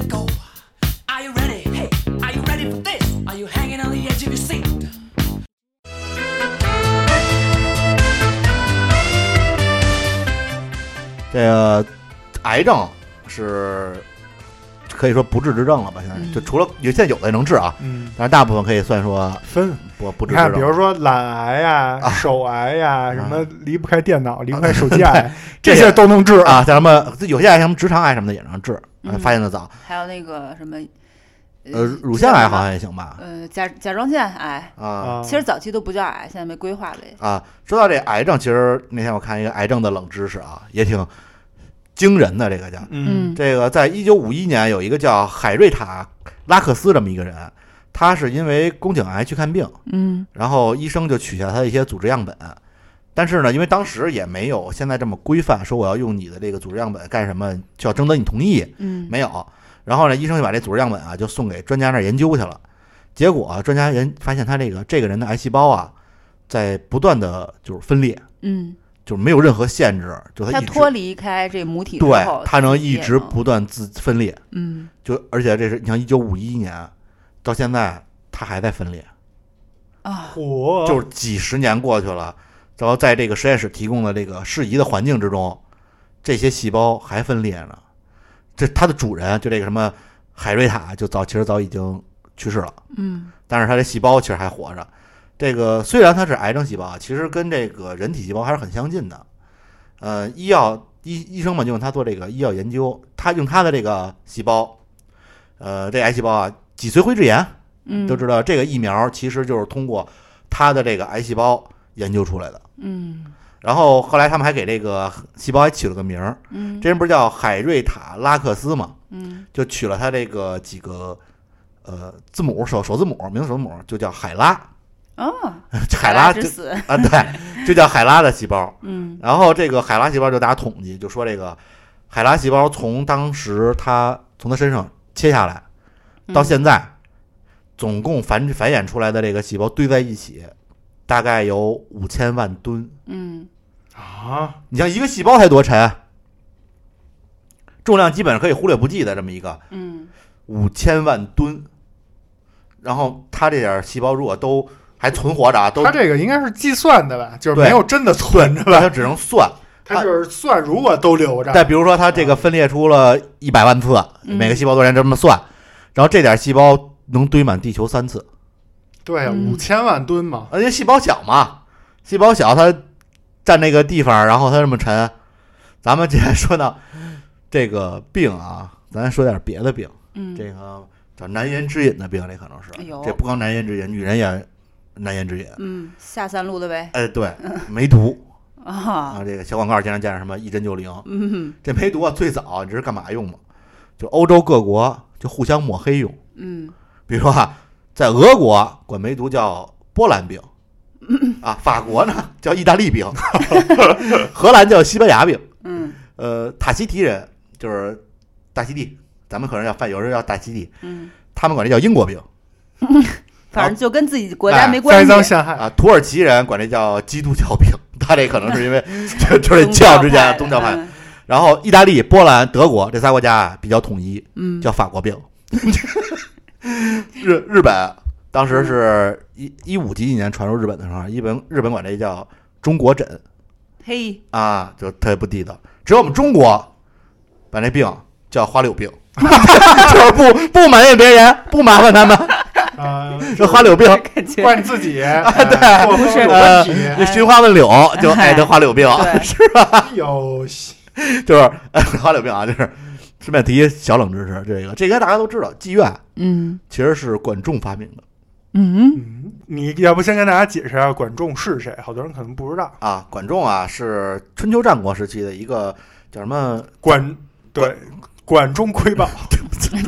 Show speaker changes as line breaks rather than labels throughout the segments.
to go. Are you ready? Hey, are you ready for this? Are you hanging on the edge of your seat?
这个癌症是可以说不治之症了吧？现在、就除了有现在有的也能治啊，
嗯，
但是大部分可以算说
分。
不不治
你
之症。
看，比如说懒癌呀、手癌呀，什么离不开电脑、离不开手机癌，
这
这些都能治。
啊，像什么有些癌什么直肠癌什么的也能治，呃
嗯
发现的早。
还有那个什么，
呃，乳腺癌好像也行吧？
呃甲甲状腺癌，
啊
啊
其实早期都不叫癌，现在没规划呗。
啊，说到这癌症，其实那天我看一个癌症的冷知识啊，也挺惊人的。这个叫
嗯，
这个，在一九五一年有一个叫海瑞塔拉克斯这么一个人，他是因为宫颈癌去看病。
嗯
然后医生就取下他的一些组织样本，但是呢，因为当时也没有现在这么规范，说我要用你的这个组织样本干什么，就要征得你同意，
嗯，
没有。然后呢，医生就把这组织样本啊就送给专家那儿研究去了，结果啊、专家研发现他这个这个人的癌细胞啊在不断的就是分裂，
嗯，
就是没有任何限制，就他
它
一直
脱离开这母体之后
对，它能
自己
一
也
直不断自分裂，
嗯，
就而且这是你像一九五一年到现在，它还在分裂。
啊，
火
就是几十年过去了，然后在这个实验室提供的这个适宜的环境之中，这些细胞还分裂呢。这它的主人就这个什么海瑞塔，就早其实早已经去世了，
嗯
但是它这细胞其实还活着。这个虽然它是癌症细胞，啊其实跟这个人体细胞还是很相近的。呃，医药医医生们就用它做这个医药研究，他用他的这个细胞，呃，这癌细胞啊，脊髓灰质炎，
嗯，
都知道这个疫苗其实就是通过它的这个癌细胞研究出来的。
嗯
然后后来他们还给这个细胞还起了个名儿，
嗯
这人不是叫海瑞塔拉克斯嘛，
嗯
就取了他这个几个呃字母首首字母名字首字母，就叫海拉，
哦，
海拉
之
就
死，
啊对， 就叫海拉的细胞。
嗯
然后这个海拉细胞就大家统计，就说这个海拉细胞从当时它从它身上切下来到
嗯
现在，总共繁繁衍出来的这个细胞堆在一起，大概有五千万吨。
嗯
啊，
你像一个细胞才多沉，啊重量基本上可以忽略不计的这么一个
嗯
五千万吨。然后它这点儿细胞如果都还存活着啊，都
它这个应该是计算的吧？就是
对
没有真的存 着吧？
它只能算。
它就是算，如果都留着，
再比如说，它这个分裂出了一百万次，
嗯
每个细胞多少年这么算，然后这点细胞能堆满地球三次，
对，
嗯
五千万吨嘛，
而且细胞小嘛，细胞小它占那个地方，然后它这么沉。咱们既然说到这个病啊，咱说点别的病，
嗯，
这个叫难言之隐的病，这可能是
哎呦，
这不光难言之隐，女人也难言之 隐。
嗯下三路的呗
哎，对，梅毒
嗯啊，
啊，这个小广告经常见着什么一针就灵，
嗯
这梅毒啊，最早你知道干嘛用吗？就欧洲各国就互相抹黑用。
嗯
比如说啊，在俄国管梅毒叫波兰病，啊，法国呢叫意大利病， 荷兰叫西班牙病。
嗯
呃，塔希提人就是大溪地，咱们可能要翻，有人叫大溪地，
嗯，
他们管这叫英国病
反正就跟自己国
哎
家没
栽
关
赃
系，
陷害。
啊，土耳其人管这叫基督教病，他这可能是因为 就就是教之间宗教派。嗯
的，
然后意大利、波兰、德国这仨国家啊比较统一，
嗯
叫法国病。 日日本当时是一一五几几年传入日本的时候，日本日本管这叫中国诊
嘿，
啊，就特别不地道。只有我们中国把那病叫花柳病， 就是不不埋怨别人，不麻烦他们，
啊，
这花柳病。呃
感觉
怪你自己，啊哎对啊作风有问题，
这寻花问柳，就哎，这花柳病
对
是
有
就是哎花柳病啊，就是顺便提一小冷知识，这个这应该大家都知道，妓院
嗯
其实是管仲发明的
嗯
嗯，你要不先跟大家解释一下管仲是谁？好多人可能不知道。
啊。管仲啊是春秋战国时期的一个叫什么
管对管仲窥豹，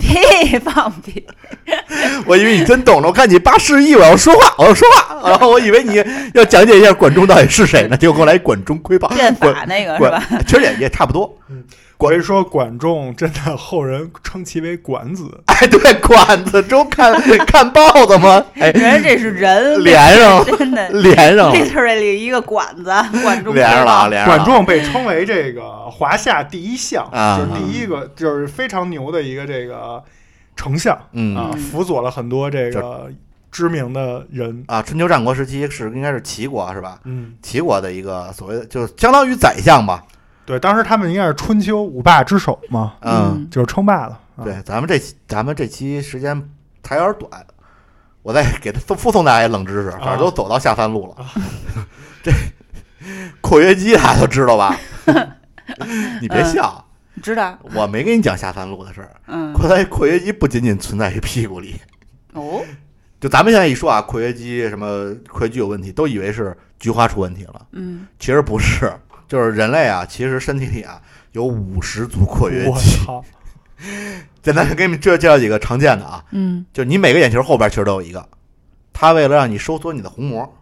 屁放屁！
我以为你真懂了，我看你八十亿，我要说话，我要说 话，然后我以为你要讲解一下管仲到底是谁呢，结果后来管仲窥豹，
变
管
法那个是
管
吧？
其实也也差不多。
我一说管仲，真的后人称其为管子。
哎，对，管子中看看豹子吗？哎，
人家这是人，
连上了，
真的
连上了，
，literally 一个管子，管住
连上了啊，连上了。
管仲被称为这个华夏第一相，
啊
就是第一个，就是非常牛的一个这个丞相
嗯
啊，辅佐了很多这个知名的人。
啊，春秋战国时期是应该是齐国是吧？
嗯，
齐国的一个所谓的，就是相当于宰相吧。
对，当时他们应该是春秋五霸之首嘛，
嗯，
就是称霸了。啊，
对，咱们这期咱们这期时间还有点短，我再给他附送大家一冷知识，反
啊
正都走到下三路了。 这括约肌大家都知道吧？ 你别笑，
知道？
嗯
我没跟你讲下三路的事儿。
嗯，
括约括约肌不仅仅存在于屁股里，
哦，
就咱们现在一说啊，括约肌什么括约肌有问题，都以为是菊花出问题了，
嗯，
其实不是，就是人类啊，其实身体里啊有五十组括约
我
肌。
操，
简单给你们介介绍几个常见的啊，
嗯，
就你每个眼球后边其实都有一个，它为了让你收缩你的虹膜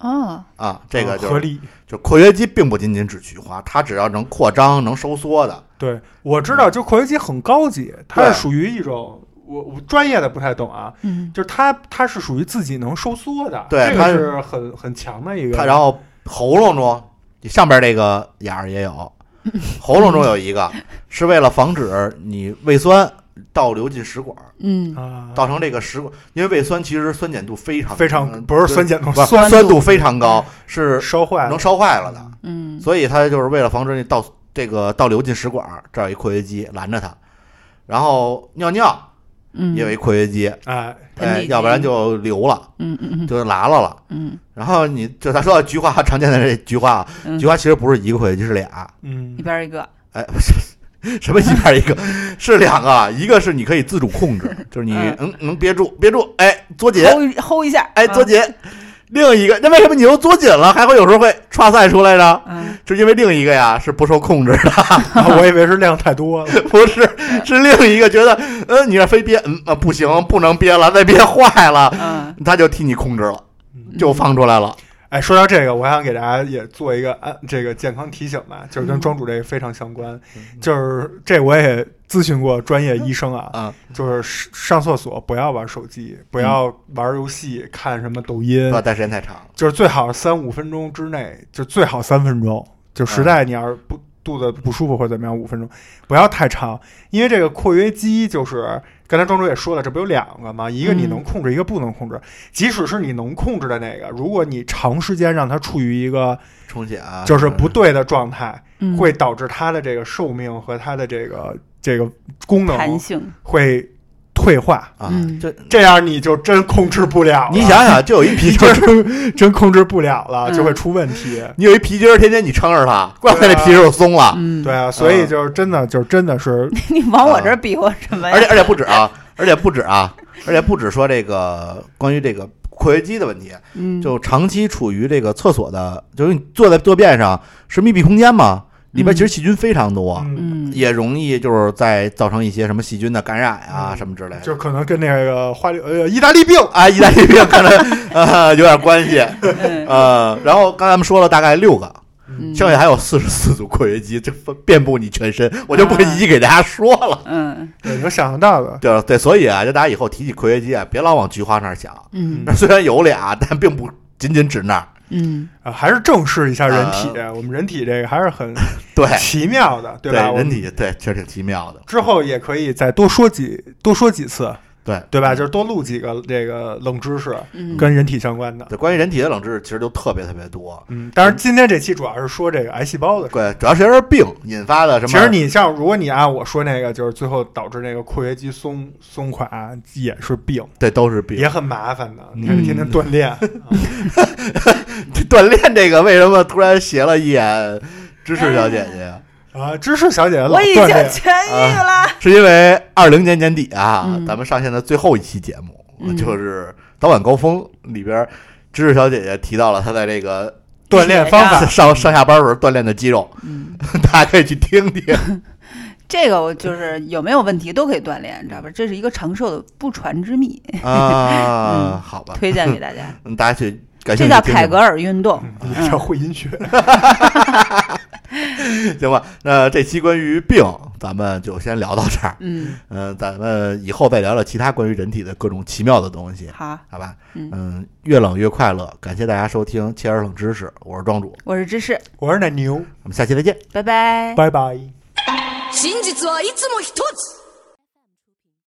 哦，
啊，这个就
合
是
理。
就括约肌并不仅仅指菊花，它只要能扩张、能收缩的，
对，我知道，就括约肌很高级，它
嗯对
是属于一种我我专业的不太懂啊，
嗯，
就是它它是属于自己能收缩的，
对
这
它
个
是
是很很强的一个。
它然后喉咙中你上边这个眼儿也 有，喉咙中有一个是为了防止你胃酸倒流进食管，
嗯，
啊，
造成这个食管，因为胃酸其实酸碱度非常
非
呃
常不是酸碱度，
不是
酸
酸度非常高，是
烧坏了
能烧坏了的。
嗯，
所以它就是为了防止你倒这个倒流进食管，这儿有一括约肌拦着它。然后尿尿
嗯，
也有一括约肌，
哎，
盆底
哎，
肌
要不然就流了，
嗯嗯
就拉了了。
嗯
然后你就咱说到菊花常见的这菊花啊，
嗯，
菊花其实不是一个括约肌，是俩。
嗯
一，边儿一个，
哎，什么一边一个， 是两个啊，一个是你可以自主控制，就是你
嗯
嗯能憋住，憋住，哎，捉紧，
齁一齁一下，
哎，
啊
捉，紧。另一个，那为什么你又捉紧了，还会有时候会岔赛出来呢？
嗯，
是因为另一个呀是不受控制的，
啊我以为是量太多了，
不是，是另一个觉得，嗯，你让非憋，嗯啊，不行，不能憋了，再憋坏了，
嗯，
他就替你控制了，就放出来了。
哎，说到这个，我还想给大家也做一个安这个健康提醒吧，就是
嗯
跟庄主这个非常相关，就是这我也咨询过专业医生啊，
啊，
就是上厕所不要玩手机，不要
嗯
玩游戏，看什么抖音
不，要待时间太长了。
就是最好三五分钟之内，就最好三分钟，就实在你要是不。肚子不舒服或者怎么样，五分钟不要太长，因为这个括约肌就是刚才庄主也说了，这不有两个吗？一个你
嗯
能控制，一个不能控制。即使是你能控制的那个，如果你长时间让它处于一个
充血啊，
就是不对的状态，
嗯
会导致它的这个寿命和它的这个这个功
弹
能
性，
会退化，
啊
嗯，
这
这样你就真控制不了了
你想想，就有一皮
你
筋
就
儿，
真 真控制不了了，
嗯
就会出问题。
你有一皮筋儿，天天你撑着它，啊怪不得那皮筋儿就松了。
嗯，
对，啊，所以就是真的，就是真的是，
你往我这儿比划什么呀？
而且而且不止啊，而且不止啊，而且不止说这个关于这个括约肌的问题，
嗯，
就长期处于这个厕所的，就是你坐在坐便上是密闭空间嘛，里边其实细菌非常多。
嗯，
嗯，
也容易就是再造成一些什么细菌的感染啊，什么之类的。
嗯就可能跟那个花柳呃意大利病，
啊，意大利面可能呃有点关 系，
嗯
呃，然后刚才咱们说了大概六个，
嗯
剩下还有四十四组括约肌，这分遍布你全身，我
啊
就不一一给大家说了。
嗯
对，能想象到的。
对对，所以啊，就大家以后提起括约肌啊，别老往菊花那儿想，
嗯
那虽然有俩，但并不仅仅指那儿。
嗯
啊，还是正视一下人体，我们人体这个还是很
对
奇妙的， 对
对
吧？我
人
们
体对确实挺奇妙的。
之后也可以再多说几多说几次，
对
对吧？就是多录几个这个冷知识，
嗯，
跟人体相关的。
对，关于人体的冷知识其实就特别特别多，
嗯，但是今天这期主要是说这个癌细胞的事儿。
对，主要是有点病引发的什么。
其实你像，如果你按我说那个，就是最后导致那个括约肌松松垮，也是病，
对都是病
也，很麻烦的。嗯你还得天天锻炼，
锻炼这个为什么突然斜了一眼芝士小姐姐呀？
啊，芝士小姐老
我已
锻
经
炼，
痊愈了。
是因为二零年年底啊，
嗯
咱们上线的最后一期节目、
嗯
就是《早晚高峰》里边，芝士小姐姐提到了她在这个
锻炼方
啊
法
上上下班时候锻炼的肌肉，
嗯，
大家可以去听听。
这个我就是有没有问题都可以锻炼，你知道吧？这是一个长寿的不传之秘，
啊，好吧，
嗯推荐给大家。
嗯大家去感兴
这
趣
叫
听
凯
听
格尔运动，嗯
也叫会阴学。
行吧，那这期关于病，咱们就先聊到这儿。
嗯，
嗯、咱们以后再聊聊其他关于人体的各种奇妙的东西，
好，
好吧？
嗯
嗯，越冷越快乐，感谢大家收听《切尔冷知识》，我是庄主，
我是芝士，
我是奶牛，
哎
我们下期再见。
拜拜。
拜拜。
真実はいつも一つ